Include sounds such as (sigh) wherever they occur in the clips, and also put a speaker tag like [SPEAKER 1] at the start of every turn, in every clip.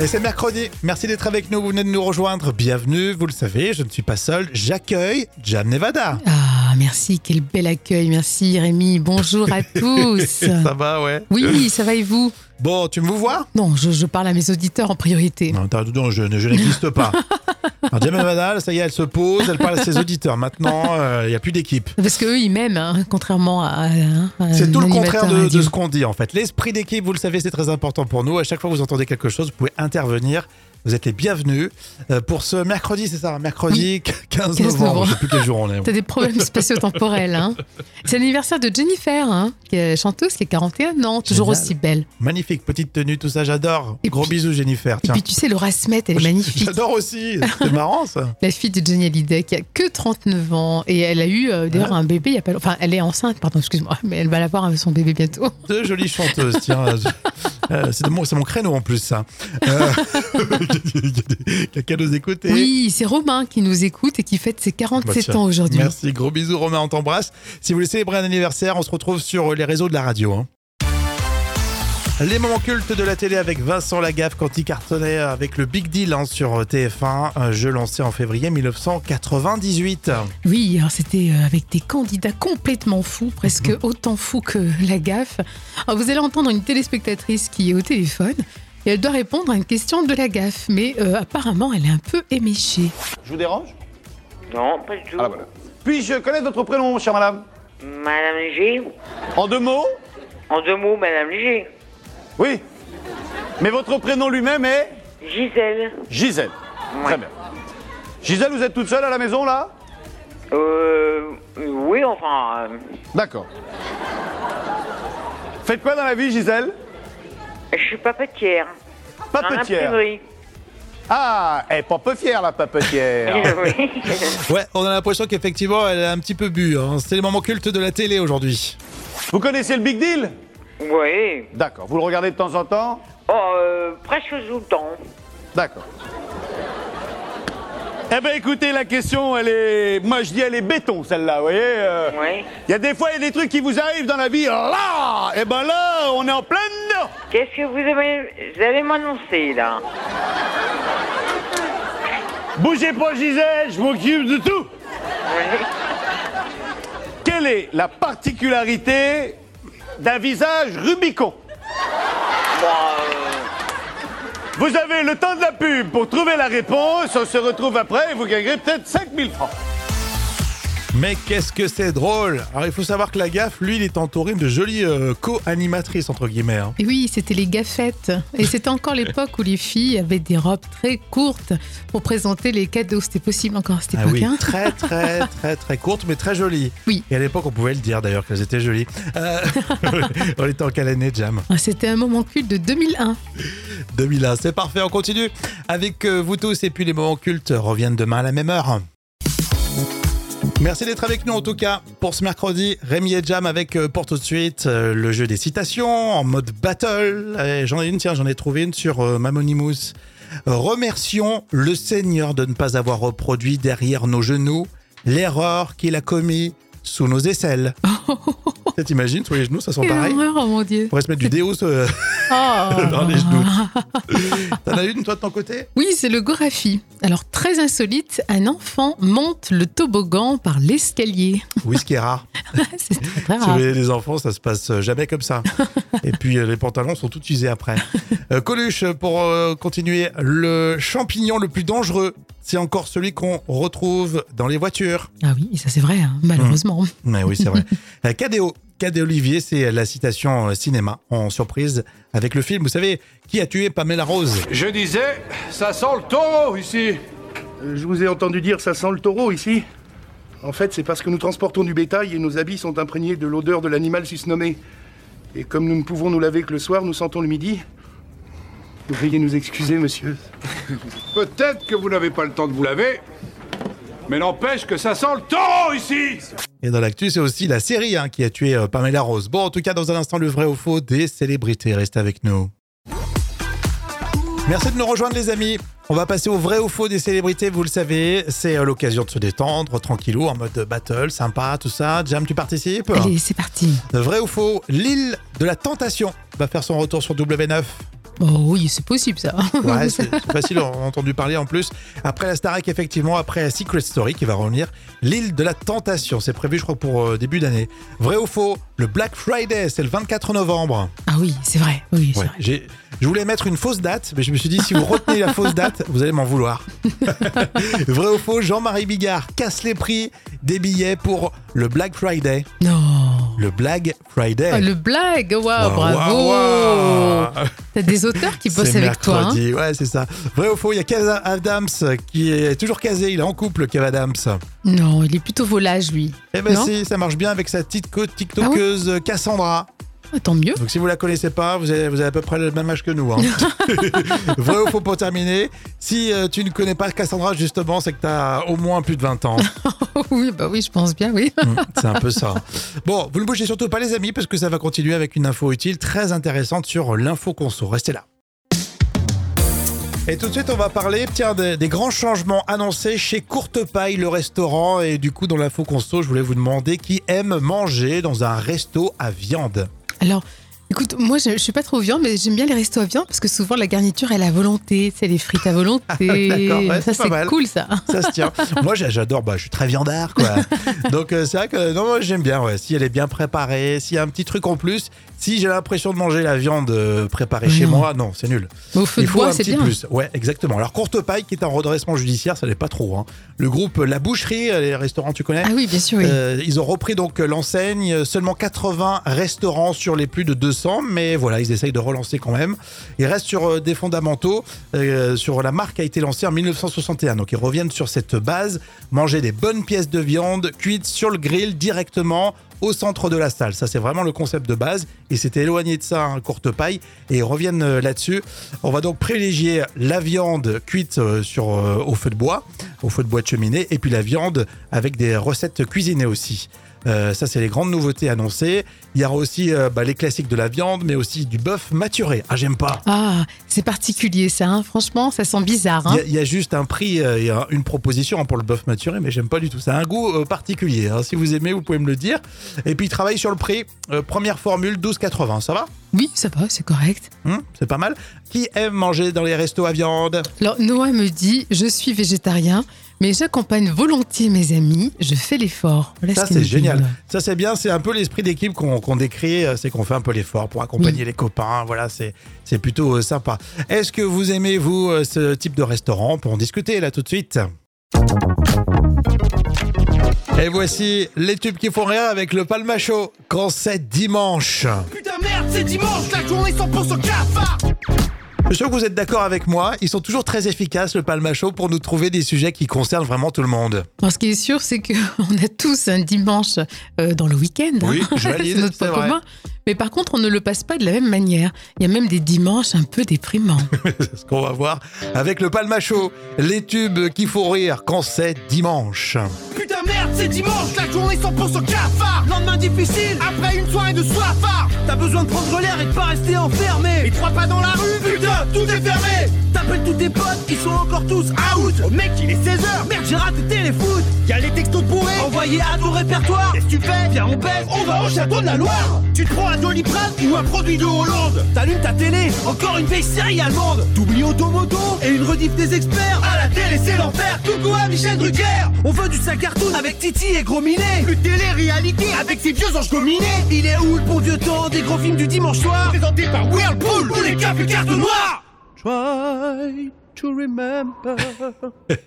[SPEAKER 1] Et c'est mercredi. Merci d'être avec nous. Vous venez de nous rejoindre. Bienvenue. Vous le savez, je ne suis pas seul. J'accueille Jam Nevada.
[SPEAKER 2] Ah, merci, quel bel accueil. Merci Rémi. Bonjour
[SPEAKER 1] (laughs)
[SPEAKER 2] à tous.
[SPEAKER 1] Ça va, ouais.
[SPEAKER 2] Oui, ça va et vous
[SPEAKER 1] Bon, tu me vois
[SPEAKER 2] Non, je, je parle à mes auditeurs en priorité.
[SPEAKER 1] Non, t'as- non, je, ne- je n'existe
[SPEAKER 2] (laughs)
[SPEAKER 1] pas. Alors, Jam Nevada, ça y est, elle se pose, elle parle à ses auditeurs. Maintenant, euh, il n'y a plus d'équipe.
[SPEAKER 2] Parce qu'eux, ils m'aiment, hein, contrairement à. hein, à- à
[SPEAKER 1] C'est tout le
[SPEAKER 2] Euh, l'animateur
[SPEAKER 1] contraire de, de
[SPEAKER 2] radio.
[SPEAKER 1] ce qu'on dit en fait. L'esprit d'équipe, vous le savez, c'est très important pour nous. À chaque fois que vous entendez quelque chose, vous pouvez intervenir. Vous êtes les bienvenus. Euh, pour ce mercredi, c'est ça, mercredi 15,
[SPEAKER 2] 15
[SPEAKER 1] novembre.
[SPEAKER 2] novembre.
[SPEAKER 1] Je sais plus quel jour on
[SPEAKER 2] (laughs)
[SPEAKER 1] est.
[SPEAKER 2] T'as des problèmes spatio-temporels. hein. C'est l'anniversaire de Jennifer, hein, qui est chanteuse, qui a 41 ans, toujours
[SPEAKER 1] Génial.
[SPEAKER 2] aussi belle.
[SPEAKER 1] Magnifique, petite tenue, tout ça, j'adore.
[SPEAKER 2] Et
[SPEAKER 1] Gros
[SPEAKER 2] puis-
[SPEAKER 1] bisous, Jennifer.
[SPEAKER 2] Et
[SPEAKER 1] Tiens.
[SPEAKER 2] puis tu sais, Laura Smet, elle
[SPEAKER 1] (laughs)
[SPEAKER 2] est magnifique.
[SPEAKER 1] J'adore aussi, c'est marrant ça.
[SPEAKER 2] La fille de Johnny Hallyday qui a que 39 ans et elle a eu euh, d'ailleurs un bébé il y a pas longtemps. Enfin, elle est enceinte, pardon, excuse-moi, mais elle va l'avoir avec son bébé bientôt.
[SPEAKER 1] Deux jolies chanteuses,
[SPEAKER 2] (laughs)
[SPEAKER 1] tiens. Euh, c'est de mon, c'est mon créneau en plus, ça. Euh, (laughs) Quelqu'un nous écouter.
[SPEAKER 2] Oui, c'est Romain qui nous écoute et qui fête ses
[SPEAKER 1] Bah,
[SPEAKER 2] 47
[SPEAKER 1] tiens.
[SPEAKER 2] ans aujourd'hui.
[SPEAKER 1] Merci, gros bisous Romain, on t'embrasse. Si vous voulez célébrer un anniversaire, on se retrouve sur les réseaux de la radio. hein. Les moments cultes de la télé avec Vincent Lagaffe quand il cartonnait avec le Big Deal hein, sur TF1, un jeu lancé en février 1998.
[SPEAKER 2] Oui, alors c'était euh, avec des candidats complètement fous,
[SPEAKER 1] (laughs)
[SPEAKER 2] presque autant fous que la gaffe. Alors, vous allez entendre une téléspectatrice qui est au téléphone et elle doit répondre à une question de la gaffe, mais euh, apparemment elle est un peu éméchée.
[SPEAKER 3] Je vous dérange
[SPEAKER 4] Non, pas du tout.
[SPEAKER 3] Ah, voilà. Puis-je connaître votre prénom, chère madame
[SPEAKER 4] Madame Léger
[SPEAKER 3] En deux mots
[SPEAKER 4] En deux mots, Madame Léger.
[SPEAKER 3] Oui. Mais votre prénom lui-même est
[SPEAKER 4] Gisèle.
[SPEAKER 3] Gisèle. Très bien. Gisèle, vous êtes toute seule à la maison, là
[SPEAKER 4] Euh. Oui, enfin. euh,
[SPEAKER 3] D'accord. Faites quoi dans la vie, Gisèle
[SPEAKER 4] je suis papetière. Dans
[SPEAKER 3] Papetière.
[SPEAKER 4] l'imprimerie.
[SPEAKER 3] Ah, elle est pas peu fière, la
[SPEAKER 4] (laughs)
[SPEAKER 3] papetière.
[SPEAKER 4] Oui.
[SPEAKER 3] Ah.
[SPEAKER 1] Ouais, on a l'impression qu'effectivement elle a un petit peu bu. hein. C'est les moments cultes de la télé aujourd'hui.
[SPEAKER 3] vous connaissez le Big Deal
[SPEAKER 4] (laughs) oui.
[SPEAKER 3] D'accord. Vous le regardez de temps en temps
[SPEAKER 4] Oh, euh, presque tout le temps.
[SPEAKER 3] D'accord. Eh ben écoutez, la question, elle est... Moi, je dis, elle est béton, celle-là, vous voyez euh,
[SPEAKER 4] Oui.
[SPEAKER 3] Il y a des fois, il y a des trucs qui vous arrivent dans la vie. Là Et ben là, on est en plein dedans
[SPEAKER 4] Qu'est-ce que vous, avez... vous allez m'annoncer, là
[SPEAKER 3] Bougez pas, Gisèle, je m'occupe de tout
[SPEAKER 4] Oui.
[SPEAKER 3] Quelle est la particularité d'un visage Rubicon
[SPEAKER 5] Bah, euh.
[SPEAKER 3] Vous avez le temps de la pub pour trouver la réponse. On se retrouve après et vous gagnerez peut-être 5000 francs.
[SPEAKER 1] Mais qu'est-ce que c'est drôle Alors il faut savoir que la gaffe, lui, il est entouré de jolies euh, co-animatrices entre guillemets. hein.
[SPEAKER 2] Et oui, c'était les gaffettes. Et c'était encore l'époque où les filles avaient des robes très courtes pour présenter les cadeaux. C'était possible encore à cette
[SPEAKER 1] Ah
[SPEAKER 2] époque.
[SPEAKER 1] oui,
[SPEAKER 2] hein.
[SPEAKER 1] très très très très courte, mais très jolie.
[SPEAKER 2] Oui.
[SPEAKER 1] Et à l'époque, on pouvait le dire d'ailleurs qu'elles étaient jolies. Euh, (laughs) on était en quelle année, Jam
[SPEAKER 2] Ah, C'était un moment culte de 2001.
[SPEAKER 1] 2001. C'est parfait, on continue avec euh, vous tous. Et puis les moments cultes reviennent demain à la même heure. Merci d'être avec nous en tout cas pour ce mercredi. Rémi et Jam avec euh, pour tout de suite euh, le jeu des citations en mode battle. Et J'en ai une, tiens, j'en ai trouvé une sur euh, Mamonimus. Remercions le Seigneur de ne pas avoir reproduit derrière nos genoux l'erreur qu'il a commis sous nos aisselles. Ça, T'imagines, sous les genoux, ça sent
[SPEAKER 2] Quelle
[SPEAKER 1] pareil.
[SPEAKER 2] horreur, oh mon Dieu.
[SPEAKER 1] On pourrait se mettre du déo euh,
[SPEAKER 2] Oh.
[SPEAKER 1] (laughs)
[SPEAKER 2] (laughs)
[SPEAKER 1] dans les genoux. T'en as une, toi, de ton côté
[SPEAKER 2] Oui, c'est le Gorafi. Alors, très insolite, un enfant monte le toboggan par l'escalier. (laughs)
[SPEAKER 1] Oui, ce qui est rare.
[SPEAKER 2] c'est très, très
[SPEAKER 1] Si vous
[SPEAKER 2] rare.
[SPEAKER 1] voyez les enfants, ça se passe jamais comme ça. Et puis euh, les pantalons sont tous usés après. Euh, Coluche, pour euh, continuer, le champignon le plus dangereux, c'est encore celui qu'on retrouve dans les voitures.
[SPEAKER 2] Ah oui, ça c'est vrai, hein, malheureusement.
[SPEAKER 1] Mais oui, c'est vrai. Euh, Cadéo. Cadé Olivier, c'est la citation euh, cinéma en surprise avec le film, vous savez, qui a tué Pamela Rose
[SPEAKER 5] Je disais, ça sent le taureau ici.
[SPEAKER 6] Euh, Je vous ai entendu dire ça sent le taureau ici. En fait, c'est parce que nous transportons du bétail et nos habits sont imprégnés de l'odeur de l'animal susnommé. Et comme nous ne pouvons nous laver que le soir, nous sentons le midi. Veuillez nous excuser, monsieur.
[SPEAKER 5] Peut-être que vous n'avez pas le temps de vous laver, mais n'empêche que ça sent le taureau ici.
[SPEAKER 1] Et dans l'actu, c'est aussi la série hein, qui a tué euh, Pamela Rose. Bon, en tout cas, dans un instant, le vrai ou faux des célébrités. Restez avec nous. Merci de nous rejoindre, les amis. On va passer au vrai ou faux des célébrités. Vous le savez, c'est euh, l'occasion de se détendre, tranquillou, en mode battle, sympa, tout ça. Jam, tu participes
[SPEAKER 2] Allez, c'est parti.
[SPEAKER 1] Vrai ou faux L'île de la Tentation va faire son retour sur W9.
[SPEAKER 2] Oh oui, c'est possible ça. (laughs)
[SPEAKER 1] Ouais, c'est c'est facile, on a entendu parler en plus. Après la Starac, effectivement, après Secret Story qui va revenir, l'île de la tentation, c'est prévu je crois pour euh, début d'année. Vrai ou faux, le Black Friday, c'est le 24 novembre.
[SPEAKER 2] Ah oui, c'est vrai. Oui, c'est
[SPEAKER 1] Ouais,
[SPEAKER 2] vrai.
[SPEAKER 1] j'ai- je voulais mettre une fausse date, mais je me suis dit si vous retenez la fausse date, vous allez m'en
[SPEAKER 2] (laughs)
[SPEAKER 1] vouloir. Vrai ou faux, Jean-Marie Bigard casse les prix des billets pour le Black Friday.
[SPEAKER 2] Non.
[SPEAKER 1] Le Black Friday.
[SPEAKER 2] Ah, le blague, waouh,
[SPEAKER 1] Waouh, waouh,
[SPEAKER 2] bravo.
[SPEAKER 1] waouh.
[SPEAKER 2] T'as des auteurs qui
[SPEAKER 1] (laughs)
[SPEAKER 2] bossent
[SPEAKER 1] C'est
[SPEAKER 2] avec toi. hein.
[SPEAKER 1] mercredi. Ouais, c'est ça. Vrai ou faux, il y a Kev Adams qui est toujours casé, il est en couple, Kev Adams.
[SPEAKER 2] Non, il est plutôt volage lui.
[SPEAKER 1] Eh ben
[SPEAKER 2] Non
[SPEAKER 1] si, ça marche bien avec sa petite co- tiktokeuse Cassandra.
[SPEAKER 2] Ah, Tant mieux. (laughs)
[SPEAKER 1] Donc si vous la connaissez pas, vous avez, vous avez à peu près le même âge que nous. hein. Vrai ou faux pour terminer Si euh, tu ne connais pas Cassandra, justement, c'est que tu as au moins plus de 20 ans.
[SPEAKER 2] oui, bah oui, je pense bien, oui.
[SPEAKER 1] Mm, (laughs) c'est un peu ça. Bon, vous ne bougez surtout pas les amis, parce que ça va continuer avec une info utile, très intéressante sur l'info conso. Restez là. Et tout de suite, on va parler tiens, des, des grands changements annoncés chez Courtepaille, le restaurant. Et du coup, dans l'info conso, je voulais vous demander qui aime manger dans un resto à viande.
[SPEAKER 2] Alors, écoute, moi, je, je suis pas trop viande, mais j'aime bien les restos à viande parce que souvent la garniture elle est à volonté, c'est les frites
[SPEAKER 1] (laughs)
[SPEAKER 2] à volonté.
[SPEAKER 1] Ah, D'accord, ouais,
[SPEAKER 2] ça
[SPEAKER 1] c'est pas
[SPEAKER 2] c'est
[SPEAKER 1] mal.
[SPEAKER 2] cool ça.
[SPEAKER 1] ça se tient. Moi, j'a- j'adore. Bah, je suis très viandard, quoi. Donc, euh, c'est vrai que non, moi, j'aime bien. Ouais. Si elle est bien préparée, s'il y a un petit truc en plus, si j'ai l'impression de manger la viande euh, préparée chez
[SPEAKER 2] non.
[SPEAKER 1] moi, non, c'est nul.
[SPEAKER 2] Mais au feu
[SPEAKER 1] Il
[SPEAKER 2] de
[SPEAKER 1] faut
[SPEAKER 2] bois,
[SPEAKER 1] un
[SPEAKER 2] c'est
[SPEAKER 1] petit
[SPEAKER 2] bien.
[SPEAKER 1] plus. Ouais, exactement. Alors, Courte Paille, qui est en redressement judiciaire, ça n'est pas trop. hein. Le groupe La Boucherie, euh, les restaurants, tu connais
[SPEAKER 2] Ah oui, bien sûr, oui.
[SPEAKER 1] euh, ils ont repris donc euh, l'enseigne, euh, seulement 80 restaurants sur les plus de 200, mais voilà, ils essayent de relancer quand même. Ils restent sur euh, des fondamentaux, euh, sur la marque a été lancée en 1961, donc ils reviennent sur cette base, manger des bonnes pièces de viande cuites sur le grill directement au centre de la salle. Ça, c'est vraiment le concept de base. Et c'était éloigné de ça, hein, courte paille. Et ils reviennent euh, là-dessus. On va donc privilégier la viande cuite euh, sur, euh, au feu de bois, au feu de bois de cheminée, et puis la viande avec des recettes cuisinées aussi. Euh, ça, c'est les grandes nouveautés annoncées. Il y aura aussi euh, bah, les classiques de la viande, mais aussi du bœuf maturé. Ah, j'aime pas.
[SPEAKER 2] Ah, c'est particulier ça, hein. franchement, ça sent bizarre.
[SPEAKER 1] Il
[SPEAKER 2] hein.
[SPEAKER 1] y a- il y, a juste un prix euh, et un- une proposition hein, pour le bœuf maturé, mais j'aime pas du tout. Ça a un goût euh, particulier. hein. Si vous aimez, vous pouvez me le dire. Et puis, il travaille sur le prix. Euh, première formule, 12,80. Ça va
[SPEAKER 2] Oui, ça va, c'est correct.
[SPEAKER 1] Hum, C'est pas mal. Qui aime manger dans les restos à viande
[SPEAKER 2] Alors, Noah me dit Je suis végétarien, mais j'accompagne volontiers mes amis, je fais l'effort. Voilà
[SPEAKER 1] Ça,
[SPEAKER 2] ce qu'il me
[SPEAKER 1] c'est
[SPEAKER 2] dit,
[SPEAKER 1] génial.
[SPEAKER 2] Noah.
[SPEAKER 1] Ça, c'est bien. C'est un peu l'esprit d'équipe qu'on qu'on décrit. euh, C'est qu'on fait un peu l'effort pour accompagner les copains. Voilà, c'est c'est plutôt euh, sympa. Est-ce que vous aimez, vous, euh, ce type de restaurant On peut en discuter là tout de suite. Et voici les tubes qui font rire avec le palmacho. Quand c'est dimanche.
[SPEAKER 7] Putain merde, c'est dimanche, la journée 100% cafard
[SPEAKER 1] Je suis sûr que vous êtes d'accord avec moi. Ils sont toujours très efficaces, le palmacho, pour nous trouver des sujets qui concernent vraiment tout le monde.
[SPEAKER 2] Alors, ce qui est sûr, c'est (laughs) qu'on a tous un dimanche euh, dans le week-end. hein.
[SPEAKER 1] Oui, je valide,
[SPEAKER 2] (laughs) c'est notre
[SPEAKER 1] c'est
[SPEAKER 2] point
[SPEAKER 1] vrai.
[SPEAKER 2] commun. Mais par contre, on ne le passe pas de la même manière. Il y a même des dimanches un
[SPEAKER 1] (laughs)
[SPEAKER 2] peu déprimants.
[SPEAKER 1] ce qu'on va voir avec le palmacho, les tubes qui font rire quand c'est dimanche.
[SPEAKER 7] Putain merde, c'est dimanche, la journée 100% cafard Lendemain difficile, après une soirée de soifard T'as besoin de prendre l'air et de pas rester enfermé Et trois pas dans la rue, putain, tout est fermé T'appelles tous tes potes, ils sont encore tous out Oh mec, il est 16h, merde j'ai raté téléfoot Y'a les textos de bourré, envoyés à ton répertoire Qu'est-ce que tu fais Viens on pèse, on va au château de la Loire Tu te prends un Doliprane ou un produit de Hollande T'allumes ta télé, encore une vieille série allemande T'oublies Automoto et une rediff des experts À la télé c'est l'enfer, Coucou à Michel Drucker On veut du sac cartoon avec Titi et Gros Minet Plus de télé-réalité avec ces vieux anges gominés Il est où le bon vieux temps des gros films du dimanche soir Présenté par Whirlpool ou les cafés cartes noires Try to remember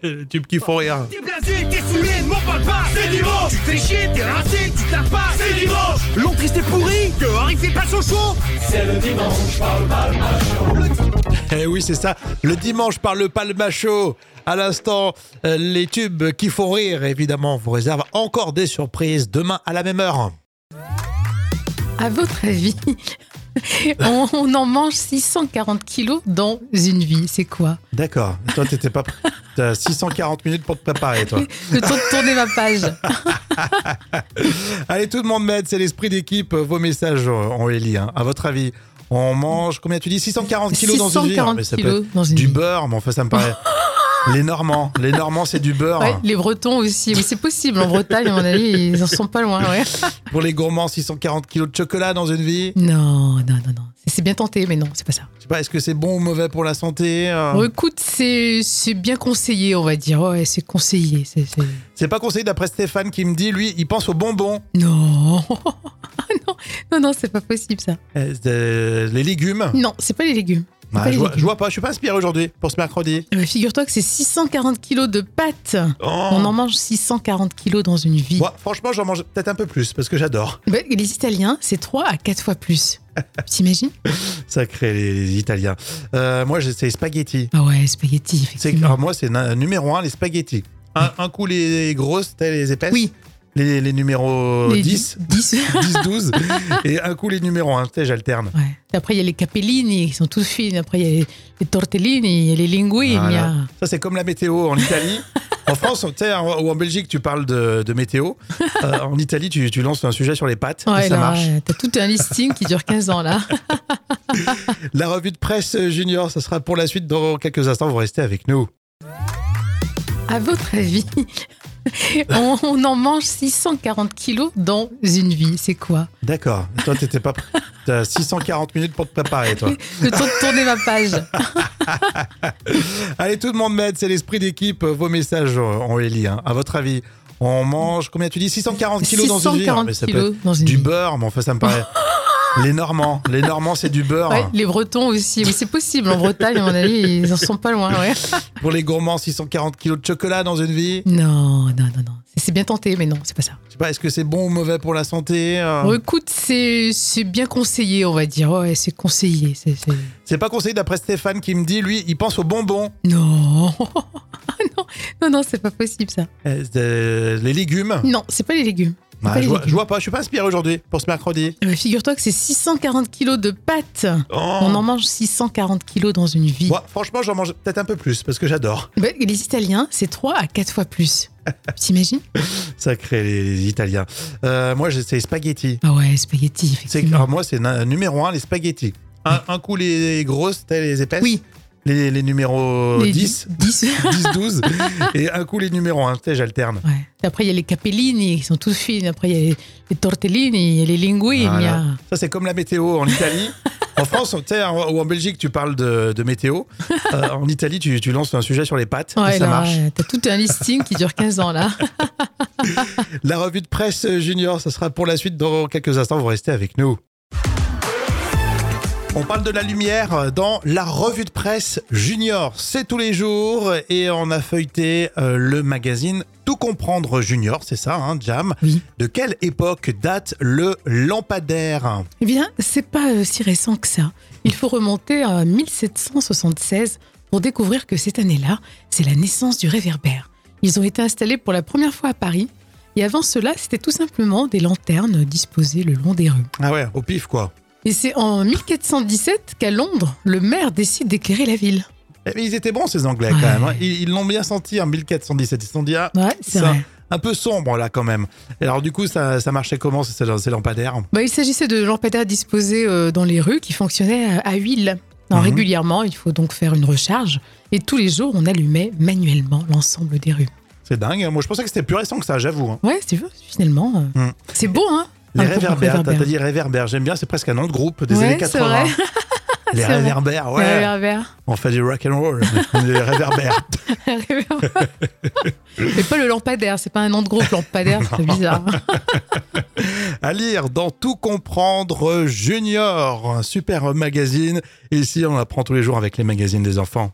[SPEAKER 1] Les tubes qui font rire.
[SPEAKER 7] T'es blasé, t'es saoulé, ne m'en parle pas C'est dimanche Tu t'es chier, t'es rincé, tu te laves pas C'est dimanche Long triste et pourri, dehors il fait pas chaud chaud
[SPEAKER 1] Eh oui, c'est ça. Le dimanche par le palmacho. À l'instant, euh, les tubes qui font rire, évidemment, vous réserve encore des surprises demain à la même heure.
[SPEAKER 2] À votre avis, (laughs) on, on en mange 640 kilos dans une vie. C'est quoi
[SPEAKER 1] D'accord. Toi, t'étais pas. pr- T'as 640 minutes pour te préparer, toi.
[SPEAKER 2] Le temps de tourner ma
[SPEAKER 1] (laughs)
[SPEAKER 2] page.
[SPEAKER 1] Allez, tout le monde m'aide, c'est l'esprit d'équipe. Vos messages, euh, on les lit. hein. À votre avis, on mange combien tu dis 640 kilos dans une vie. hein, Ah,
[SPEAKER 2] 640
[SPEAKER 1] mais ça
[SPEAKER 2] kilos
[SPEAKER 1] peut être
[SPEAKER 2] dans une
[SPEAKER 1] du
[SPEAKER 2] vie. (laughs)
[SPEAKER 1] beurre, mais enfin, ça me paraît. Les Normands. Les Normands, c'est du beurre.
[SPEAKER 2] Ouais, les Bretons aussi. Mais c'est possible. En Bretagne, à mon avis, ils en sont pas loin.
[SPEAKER 1] (laughs)
[SPEAKER 2] ouais.
[SPEAKER 1] Pour les gourmands, 640 kilos de chocolat dans une vie.
[SPEAKER 2] Non, non, non, non. C'est- C'est bien tenté, mais non, c'est pas ça.
[SPEAKER 1] Je sais pas, est-ce que c'est bon ou mauvais pour la santé euh,
[SPEAKER 2] Bon, écoute, c'est c'est bien conseillé, on va dire. Ouais, c'est conseillé. c'est- c'est-
[SPEAKER 1] C'est pas conseillé d'après Stéphane qui me dit, lui, il pense aux bonbons.
[SPEAKER 2] Non. (laughs) Ah non, non, non, c'est pas possible ça.
[SPEAKER 1] Euh, euh, les légumes.
[SPEAKER 2] Non, c'est pas les légumes. C'est
[SPEAKER 1] Bah,
[SPEAKER 2] pas les
[SPEAKER 1] je, vois,
[SPEAKER 2] légumes.
[SPEAKER 1] je vois pas, je suis pas inspiré aujourd'hui pour ce mercredi.
[SPEAKER 2] Euh, Figure-toi que c'est 640 kilos de pâtes.
[SPEAKER 1] Oh.
[SPEAKER 2] On en mange 640 kilos dans une vie.
[SPEAKER 1] Moi, franchement, j'en mange peut-être un peu plus parce que j'adore.
[SPEAKER 2] Bah, les Italiens, c'est 3 à 4
[SPEAKER 1] (laughs)
[SPEAKER 2] fois plus. T'imagines
[SPEAKER 1] Sacré les, les Italiens. Euh, moi, j'ai- c'est les spaghettis.
[SPEAKER 2] Ah ouais, spaghetti,
[SPEAKER 1] C'est,
[SPEAKER 2] effectivement.
[SPEAKER 1] alors, moi, c'est na- numéro un, les spaghettis. Un, un coup les grosses, t'as les épaisses.
[SPEAKER 2] Oui.
[SPEAKER 1] Les, les numéros
[SPEAKER 2] Les
[SPEAKER 1] 10,
[SPEAKER 2] 10.
[SPEAKER 1] 10, 12. et un coup les numéros 1. Tu sais, j'alterne.
[SPEAKER 2] Ouais. Après, il y a les capellini, qui sont toutes fines. Après, il y a les, les tortellini, il y a les linguini.
[SPEAKER 1] Voilà.
[SPEAKER 2] il y a-
[SPEAKER 1] Ça, c'est comme la météo en Italie. en France, tu sais, en- ou en Belgique, tu parles de, de météo. Euh, en Italie, tu, tu lances un sujet sur les pattes. et
[SPEAKER 2] Ouais,
[SPEAKER 1] ça
[SPEAKER 2] là,
[SPEAKER 1] marche.
[SPEAKER 2] ouais, T'as tout un listing qui dure 15 ans, là.
[SPEAKER 1] La revue de presse euh, junior, ça sera pour la suite dans quelques instants. Vous restez avec nous.
[SPEAKER 2] À votre avis, (laughs) on, on en mange 640 kilos dans une vie. C'est quoi
[SPEAKER 1] D'accord. Toi, t'étais pas. pr- T'as 640 minutes pour te préparer,
[SPEAKER 2] (laughs)
[SPEAKER 1] toi.
[SPEAKER 2] Le temps de tourner ma
[SPEAKER 1] (laughs)
[SPEAKER 2] page.
[SPEAKER 1] Allez, tout le monde m'aide, c'est l'esprit d'équipe. Vos messages, euh, on les lit. hein. À votre avis, on mange combien tu dis 640 kilos dans une vie
[SPEAKER 2] 640
[SPEAKER 1] mais ça peut
[SPEAKER 2] kilos
[SPEAKER 1] être
[SPEAKER 2] dans une
[SPEAKER 1] Du
[SPEAKER 2] vie.
[SPEAKER 1] beurre, mais enfin, ça me
[SPEAKER 2] (laughs)
[SPEAKER 1] paraît. les Normands, les Normands, c'est du beurre.
[SPEAKER 2] Ouais, les Bretons aussi. Mais c'est possible. En Bretagne, à mon avis, ils en sont pas loin. ouais.
[SPEAKER 1] Pour les gourmands, 640 kilos de chocolat dans une vie.
[SPEAKER 2] Non, non, non, non. C'est- C'est bien tenté, mais non, c'est pas ça.
[SPEAKER 1] Je sais pas, est-ce que c'est bon ou mauvais pour la santé euh,
[SPEAKER 2] Bon, écoute, c'est c'est bien conseillé, on va dire. Ouais, c'est conseillé. c'est- c'est-
[SPEAKER 1] C'est pas conseillé d'après Stéphane qui me dit, lui, il pense aux bonbons,
[SPEAKER 2] Non. (laughs) Ah non, non, non, c'est pas possible ça.
[SPEAKER 1] Euh, euh, les légumes.
[SPEAKER 2] Non, c'est pas les légumes. C'est
[SPEAKER 1] Bah,
[SPEAKER 2] pas les
[SPEAKER 1] je, vois,
[SPEAKER 2] légumes.
[SPEAKER 1] je vois pas, je suis pas inspiré aujourd'hui pour ce mercredi.
[SPEAKER 2] Euh, Figure-toi que c'est 640 kilos de pâtes.
[SPEAKER 1] Oh.
[SPEAKER 2] On en mange 640 kilos dans une vie.
[SPEAKER 1] Moi, franchement, j'en mange peut-être un peu plus parce que j'adore.
[SPEAKER 2] Bah, les Italiens, c'est 3 à 4
[SPEAKER 1] (laughs)
[SPEAKER 2] fois plus. T'imagines
[SPEAKER 1] Sacré les, les Italiens. Euh, moi, j'ai- c'est les spaghettis.
[SPEAKER 2] Ah ouais, spaghetti,
[SPEAKER 1] C'est,
[SPEAKER 2] effectivement.
[SPEAKER 1] alors, moi, c'est na- numéro un, les spaghettis. Un, un coup les grosses, t'as les épaisses.
[SPEAKER 2] Oui.
[SPEAKER 1] Les, les numéros
[SPEAKER 2] Les
[SPEAKER 1] 10, (laughs)
[SPEAKER 2] 10.
[SPEAKER 1] 10, 12. et un coup les numéros 1. Tu sais, j'alterne.
[SPEAKER 2] Ouais. Après, il y a les capellini, qui sont toutes fines. Après, il y a les, les tortellini, il y a les linguini. il y
[SPEAKER 1] Voilà.
[SPEAKER 2] a-
[SPEAKER 1] Ça, c'est comme la météo en Italie. (laughs) en France, tu sais, en- ou en Belgique, tu parles de, de météo. Euh, en Italie, tu, tu lances un sujet sur les pattes. et
[SPEAKER 2] Ouais,
[SPEAKER 1] ça
[SPEAKER 2] là,
[SPEAKER 1] marche.
[SPEAKER 2] ouais, T'as tout un listing qui dure 15 ans, là.
[SPEAKER 1] La revue de presse euh, junior, ça sera pour la suite dans quelques instants. Vous restez avec nous. On parle de la lumière dans la revue de presse junior. C'est tous les jours et on a feuilleté euh, le magazine Tout comprendre junior, c'est ça, hein, Jam.
[SPEAKER 2] Oui.
[SPEAKER 1] De quelle époque date le lampadaire
[SPEAKER 2] Eh bien, c'est pas euh, si récent que ça. Il faut remonter à 1776 pour découvrir que cette année-là, c'est la naissance du réverbère. Ils ont été installés pour la première fois à Paris. Et avant cela, c'était tout simplement des lanternes disposées le long des rues.
[SPEAKER 1] Ah ouais, au pif quoi.
[SPEAKER 2] Et c'est en 1417 qu'à Londres, le maire décide d'éclairer la ville.
[SPEAKER 1] Eh, Mais ils étaient bons ces Anglais quand
[SPEAKER 2] Ouais.
[SPEAKER 1] même. hein. Ils ils l'ont bien senti hein, en 1417. Ils se sont dit ah,
[SPEAKER 2] Ouais, c'est
[SPEAKER 1] ça,
[SPEAKER 2] vrai.
[SPEAKER 1] un peu sombre là quand même. Et alors du coup ça, ça marchait comment ces ces lampadaires
[SPEAKER 2] Bah, il s'agissait de lampadaires disposés euh, dans les rues qui fonctionnaient à- à huile. Alors,
[SPEAKER 1] Mhm.
[SPEAKER 2] Régulièrement, il faut donc faire une recharge. Et tous les jours, on allumait manuellement l'ensemble des rues.
[SPEAKER 1] C'est dingue. hein. Moi, je pensais que c'était plus récent que ça, j'avoue. hein.
[SPEAKER 2] Ouais, c'est vrai, finalement. euh,
[SPEAKER 1] Hmm.
[SPEAKER 2] C'est beau, hein
[SPEAKER 1] Les
[SPEAKER 2] un groupe
[SPEAKER 1] réverbères, t'as
[SPEAKER 2] réverbère.
[SPEAKER 1] t'as dit réverbères. J'aime bien, c'est presque un nom de groupe des
[SPEAKER 2] Ouais,
[SPEAKER 1] années
[SPEAKER 2] c'est
[SPEAKER 1] 80.
[SPEAKER 2] (laughs) vrai.
[SPEAKER 1] Les
[SPEAKER 2] C'est vrai.
[SPEAKER 1] réverbères, ouais.
[SPEAKER 2] Les réverbères. (laughs)
[SPEAKER 1] On fait du rock and roll. (laughs) les réverbères.
[SPEAKER 2] Les réverbères. Mais pas le lampadaire, c'est pas un nom de groupe, lampadaire, c'est bizarre. (laughs)
[SPEAKER 1] À lire dans Tout comprendre Junior, un super magazine. Ici, on apprend tous les jours avec les magazines des enfants.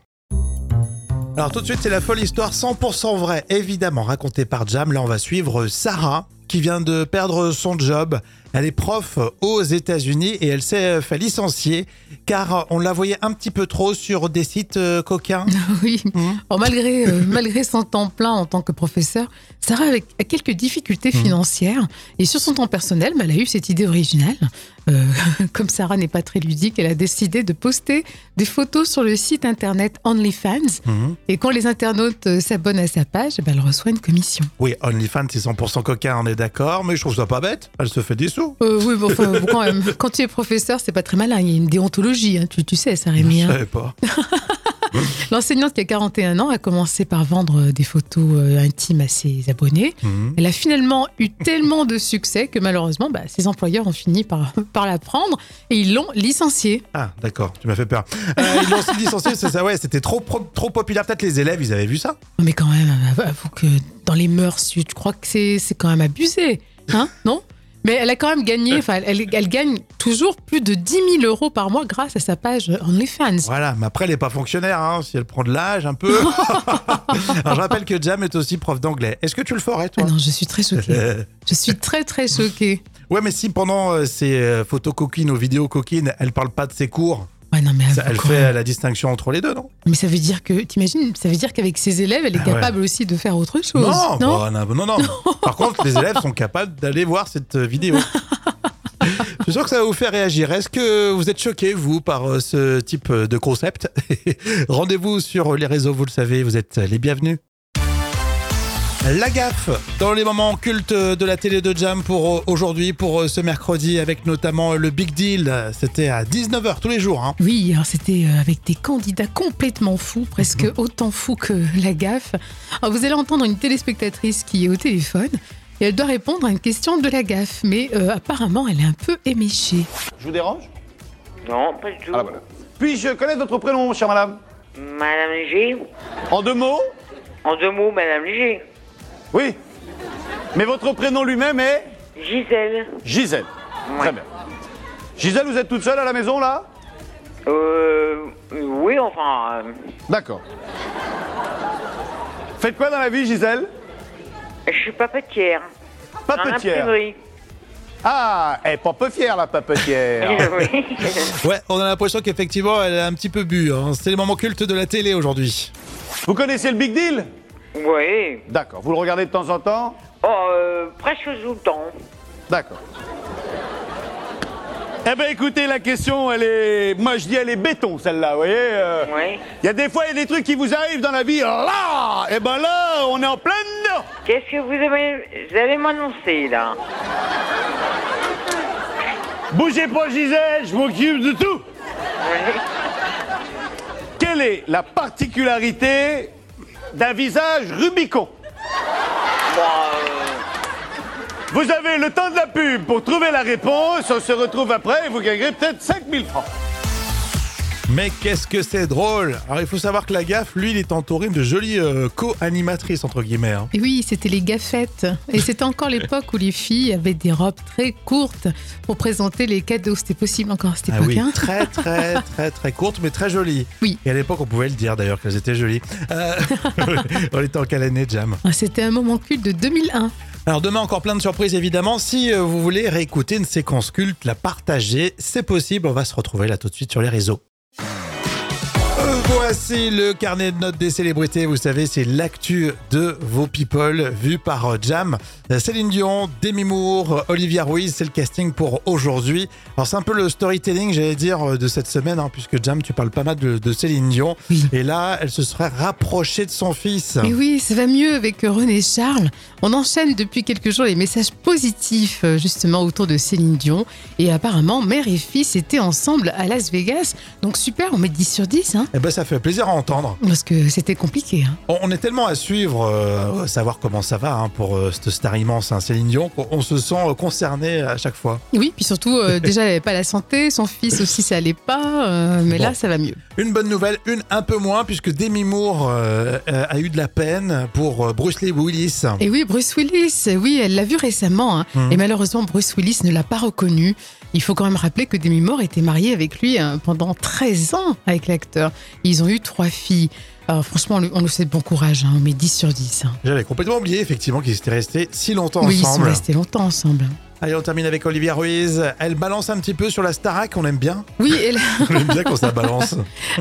[SPEAKER 1] Alors tout de suite, c'est la folle histoire 100% vraie, évidemment racontée par Jam. Là, on va suivre Sarah qui vient de perdre son job. Elle est prof aux États-Unis et elle s'est fait licencier car on la voyait un petit peu trop sur des sites euh, coquins.
[SPEAKER 2] Oui.
[SPEAKER 1] Hmm.
[SPEAKER 2] Alors, malgré, euh, malgré son temps plein en tant que professeur, Sarah avait quelques difficultés
[SPEAKER 1] Hmm.
[SPEAKER 2] financières. Et sur son temps personnel, bah, elle a eu cette idée originale. Euh, (laughs) comme Sarah n'est pas très ludique, elle a décidé de poster des photos sur le site internet OnlyFans.
[SPEAKER 1] Mhm.
[SPEAKER 2] Et quand les internautes euh, s'abonnent à sa page, bah, elle reçoit une commission.
[SPEAKER 1] Oui, OnlyFans, c'est 100% coquin, on est d'accord, mais je trouve ça pas bête. Elle se fait des sous.
[SPEAKER 2] Euh, oui, bon, enfin, bon, quand même, quand tu es professeur, c'est pas très malin. Il y a une déontologie, hein, tu, tu sais, ça, Rémi.
[SPEAKER 1] Je
[SPEAKER 2] hein.
[SPEAKER 1] savais pas.
[SPEAKER 2] L'enseignante qui a 41 ans a commencé par vendre des photos euh, intimes à ses abonnés.
[SPEAKER 1] Mhm.
[SPEAKER 2] Elle a finalement eu tellement de succès que malheureusement, bah, ses employeurs ont fini par, (laughs) par la prendre et ils l'ont licenciée.
[SPEAKER 1] Ah, d'accord, tu m'as fait peur. Euh, ils l'ont aussi licencié, c'est ça, ouais, c'était trop, pro- trop populaire. Peut-être les élèves, ils avaient vu ça.
[SPEAKER 2] Mais quand même, hein, av- avoue que dans les mœurs, tu tu crois que c'est c'est quand même abusé, hein Non Mais elle a quand même gagné, enfin, elle, elle- elle gagne toujours plus de 10 000 euros par mois grâce à sa page OnlyFans.
[SPEAKER 1] Voilà, mais après, elle n'est pas fonctionnaire, hein, si elle prend de l'âge un
[SPEAKER 2] (laughs)
[SPEAKER 1] peu. Alors, je rappelle que Jam est aussi prof d'anglais. Est-ce que tu le ferais,
[SPEAKER 2] Ah
[SPEAKER 1] toi
[SPEAKER 2] non, je suis très choquée.
[SPEAKER 1] Euh,
[SPEAKER 2] Je suis très très choquée.
[SPEAKER 1] Ouais, mais si pendant euh, ses euh, photos coquines ou vidéos coquines, elle parle pas de ses cours,
[SPEAKER 2] Ouais, non, mais,
[SPEAKER 1] ça-
[SPEAKER 2] avoue
[SPEAKER 1] elle
[SPEAKER 2] quand
[SPEAKER 1] fait
[SPEAKER 2] même.
[SPEAKER 1] euh, la distinction entre les deux, non
[SPEAKER 2] mais ça veut dire que, t'imagines, ça veut dire qu'avec ses élèves, elle est
[SPEAKER 1] Ah ouais.
[SPEAKER 2] capable aussi de faire autre chose.
[SPEAKER 1] Non, bah, non, non, non. Par contre, les élèves sont capables d'aller voir cette euh, (laughs) vidéo. Je suis sûr que ça va vous faire réagir. Est-ce que vous êtes choqué, vous, par euh, ce type euh, de concept (laughs) Rendez-vous sur les réseaux, vous le savez, vous êtes les bienvenus. La gaffe dans les moments cultes de la télé de Jam pour euh, aujourd'hui, pour euh, ce mercredi, avec notamment euh, le Big Deal. C'était à 19h tous les jours. hein.
[SPEAKER 2] Oui, alors c'était euh, avec des candidats complètement fous,
[SPEAKER 1] (laughs)
[SPEAKER 2] presque autant fous que la gaffe. Alors, vous allez entendre une téléspectatrice qui est au téléphone et elle doit répondre à une question de la gaffe, mais euh, apparemment elle est un peu éméchée.
[SPEAKER 3] Je vous dérange
[SPEAKER 4] Non, pas du tout.
[SPEAKER 3] Ah, voilà. Puis-je connaître votre prénom, chère madame
[SPEAKER 4] Madame Léger
[SPEAKER 3] En deux mots
[SPEAKER 4] En deux mots, Madame Léger.
[SPEAKER 3] Oui. Mais votre prénom lui-même est
[SPEAKER 4] Gisèle
[SPEAKER 3] Gisèle.
[SPEAKER 4] Ouais.
[SPEAKER 3] Très bien. Gisèle, vous êtes toute seule à la maison, là
[SPEAKER 4] Euh. Oui, enfin. euh,
[SPEAKER 3] D'accord. Faites quoi dans la vie, Gisèle
[SPEAKER 4] je suis papetière. En
[SPEAKER 3] Papetière.
[SPEAKER 4] imprimerie.
[SPEAKER 3] Ah, elle est pas fière, la papetière.
[SPEAKER 4] Oui.
[SPEAKER 3] Ah.
[SPEAKER 1] Ouais, on a l'impression qu'effectivement, elle a un petit peu bu. hein. C'est les moments cultes de la télé aujourd'hui.
[SPEAKER 3] (laughs) vous connaissez le Big Deal
[SPEAKER 4] (laughs) oui.
[SPEAKER 3] D'accord. Vous le regardez de temps en temps
[SPEAKER 4] Oh, euh, presque tout le temps.
[SPEAKER 3] D'accord. Eh ben écoutez, la question, elle est. Moi, je dis, elle est béton, celle-là, vous voyez euh, Il
[SPEAKER 4] Oui.
[SPEAKER 3] y a des fois, il y a des trucs qui vous arrivent dans la vie. Là Eh ben là, on est en pleine dedans
[SPEAKER 4] Qu'est-ce que vous, avez... vous allez m'annoncer, là
[SPEAKER 3] Bougez pas, Gisèle, je m'occupe de tout Quelle est la particularité d'un visage Rubicon
[SPEAKER 4] Bon, euh,
[SPEAKER 3] Vous avez le temps de la pub pour trouver la réponse, on se retrouve après et vous gagnerez peut-être 5000 francs.
[SPEAKER 1] Mais qu'est-ce que c'est drôle Alors il faut savoir que la gaffe, lui, il est entouré de jolies euh, co-animatrices, entre guillemets. hein.
[SPEAKER 2] Et oui, c'était les gaffettes. Et c'était encore l'époque où les filles avaient des robes très courtes pour présenter les cadeaux. C'était possible encore à cette
[SPEAKER 1] Ah
[SPEAKER 2] époque.
[SPEAKER 1] oui,
[SPEAKER 2] hein
[SPEAKER 1] très très très très courte, mais très jolie.
[SPEAKER 2] Oui.
[SPEAKER 1] Et à l'époque, on pouvait le dire d'ailleurs qu'elles étaient jolies. Euh, (laughs) on était en quelle année, Jam
[SPEAKER 2] Ah, c'était un moment culte de 2001.
[SPEAKER 1] Alors demain, encore plein de surprises évidemment. Si euh, vous voulez réécouter une séquence culte, la partager, c'est possible. On va se retrouver là tout de suite sur les réseaux. Euh, Voici le carnet de notes des célébrités. Vous savez, c'est l'actu de vos people vu par euh, Jam. Euh, Céline Dion, Demi Moore, euh, Olivia Ruiz, c'est le casting pour aujourd'hui. Alors c'est un peu le storytelling, j'allais dire, euh, de cette semaine, hein, puisque Jam, tu parles pas mal de, de Céline Dion.
[SPEAKER 2] Oui.
[SPEAKER 1] Et là, elle se serait rapprochée de son fils.
[SPEAKER 2] Et oui, ça va mieux avec René Charles. On enchaîne depuis quelques jours les messages positifs euh, justement autour de Céline Dion. Et apparemment, mère et fils étaient ensemble à Las Vegas. Donc super, on met 10 sur 10, hein,
[SPEAKER 1] Eh ben, ça fait plaisir à entendre.
[SPEAKER 2] parce que c'était compliqué. hein.
[SPEAKER 1] On on est tellement à suivre, euh, savoir comment ça va hein, pour euh, cette star immense, hein, Céline Dion, qu'on on se sent euh, concerné à chaque fois.
[SPEAKER 2] Oui, puis surtout, euh, déjà, elle n'avait pas la santé, son fils aussi, ça allait pas, euh, mais
[SPEAKER 1] Bon.
[SPEAKER 2] là, ça va mieux.
[SPEAKER 1] Une bonne nouvelle, une un peu moins, puisque Demi Moore euh, euh, a eu de la peine pour euh, Bruce Lee Willis.
[SPEAKER 2] Et oui, Bruce Willis, oui, elle l'a vu récemment. hein.
[SPEAKER 1] Mhm.
[SPEAKER 2] Et malheureusement, Bruce Willis ne l'a pas reconnu. Il faut quand même rappeler que Demi Moore était mariée avec lui hein, pendant 13 ans avec l'acteur. Ils ont eu trois filles. Alors, franchement, on lui- on nous souhaite bon courage, hein, on met 10 sur 10. hein.
[SPEAKER 1] J'avais complètement oublié, effectivement, qu'ils étaient restés si longtemps
[SPEAKER 2] Oui, ils sont
[SPEAKER 1] ensemble.
[SPEAKER 2] restés longtemps ensemble. hein.
[SPEAKER 1] Allez, on termine avec Olivia Ruiz. Elle balance un petit peu sur la Starac, on aime
[SPEAKER 2] (laughs)
[SPEAKER 1] bien.
[SPEAKER 2] Oui, elle-
[SPEAKER 1] On aime bien quand ça balance.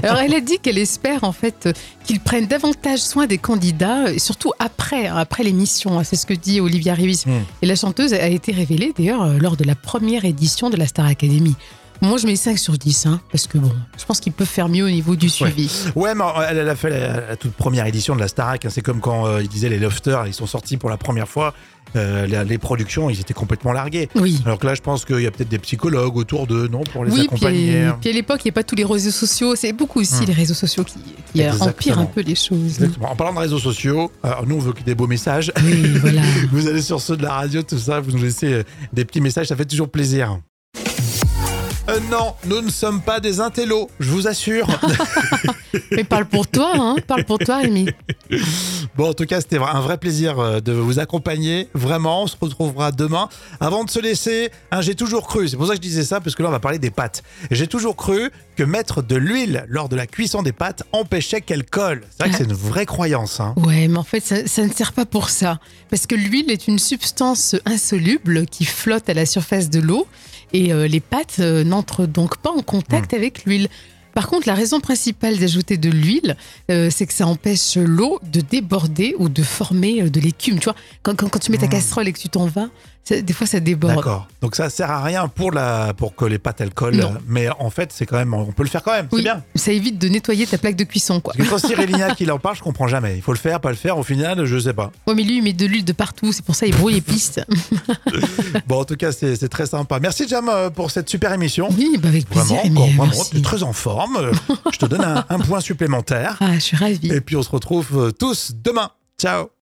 [SPEAKER 2] alors elle a dit qu'elle espère en fait euh, qu'ils prennent davantage soin des candidats, et surtout après, hein, après l'émission. hein. C'est ce que dit Olivia Ruiz.
[SPEAKER 1] Mhm.
[SPEAKER 2] Et la chanteuse a été révélée d'ailleurs euh, lors de la première édition de la Star Academy. Moi, je mets 5 sur 10, hein, parce que bon, je pense qu'il peut faire mieux au niveau du suivi.
[SPEAKER 1] Ouais, mais euh, elle, elle a fait la, la toute première édition de la Starac. hein. C'est comme quand euh, ils disaient les Lofters, ils sont sortis pour la première fois. euh, la- les productions, ils étaient complètement largués.
[SPEAKER 2] Oui.
[SPEAKER 1] Alors que là, je pense qu'il y a peut-être des psychologues autour d'eux, non Pour les
[SPEAKER 2] Oui, puis,
[SPEAKER 1] accompagner. hein.
[SPEAKER 2] puis à l'époque, il n'y a pas tous les réseaux sociaux. C'est beaucoup aussi les réseaux sociaux qui, qui
[SPEAKER 1] Hmm. Exactement.
[SPEAKER 2] empirent un peu les choses.
[SPEAKER 1] Exactement. En parlant de réseaux sociaux, alors nous, on veut que des beaux messages. (laughs)
[SPEAKER 2] Oui, voilà.
[SPEAKER 1] Vous allez sur ceux de la radio, tout ça, vous nous laissez euh, des petits messages, ça fait toujours plaisir. Euh, non, nous ne sommes pas des intellos, je vous assure.
[SPEAKER 2] Mais parle pour toi, hein, parle pour toi, Rémi.
[SPEAKER 1] Bon, en tout cas, c'était un vrai plaisir euh, de vous accompagner. Vraiment, on se retrouvera demain. Avant de se laisser, hein, j'ai toujours cru, c'est pour ça que je disais ça, parce que là, on va parler des pâtes. J'ai toujours cru que mettre de l'huile lors de la cuisson des pâtes empêchait qu'elles collent. C'est vrai que c'est une vraie croyance. Hein.
[SPEAKER 2] Ouais, mais en fait, ça, ça ne sert pas pour ça. Parce que l'huile est une substance insoluble qui flotte à la surface de l'eau et euh, les pâtes euh, n'entrent donc pas en contact avec l'huile. Par contre, la raison principale d'ajouter de l'huile, euh, c'est que ça empêche l'eau de déborder ou de former euh, de l'écume. Tu vois, quand, quand, quand tu mets ta casserole et que tu t'en vas, ça- des fois ça déborde.
[SPEAKER 1] D'accord. Donc ça sert à rien pour la pour que les pâtes elles collent,
[SPEAKER 2] Non.
[SPEAKER 1] mais en fait c'est quand même on peut le faire quand même. C'est
[SPEAKER 2] Oui,
[SPEAKER 1] bien.
[SPEAKER 2] ça évite de nettoyer ta plaque de cuisson. Quoi.
[SPEAKER 1] Parce que quand Cyril Lignac il en parle, je comprends jamais. Il faut le faire, pas le faire. Au final, je sais pas.
[SPEAKER 2] Ouais, mais lui, il met de l'huile de partout, c'est pour ça il brouille les pistes.
[SPEAKER 1] Bon, en tout cas, c'est c'est très sympa. Merci Jam euh, pour cette super émission.
[SPEAKER 2] (laughs) Oui, bah avec plaisir.
[SPEAKER 1] Vraiment,
[SPEAKER 2] Rémi,
[SPEAKER 1] encore, vraiment,
[SPEAKER 2] merci.
[SPEAKER 1] t'es très en forme. Euh,
[SPEAKER 2] (laughs)
[SPEAKER 1] Je te donne un, un point supplémentaire.
[SPEAKER 2] Ah, je suis ravie.
[SPEAKER 1] Et puis on se retrouve euh, tous demain. Ciao.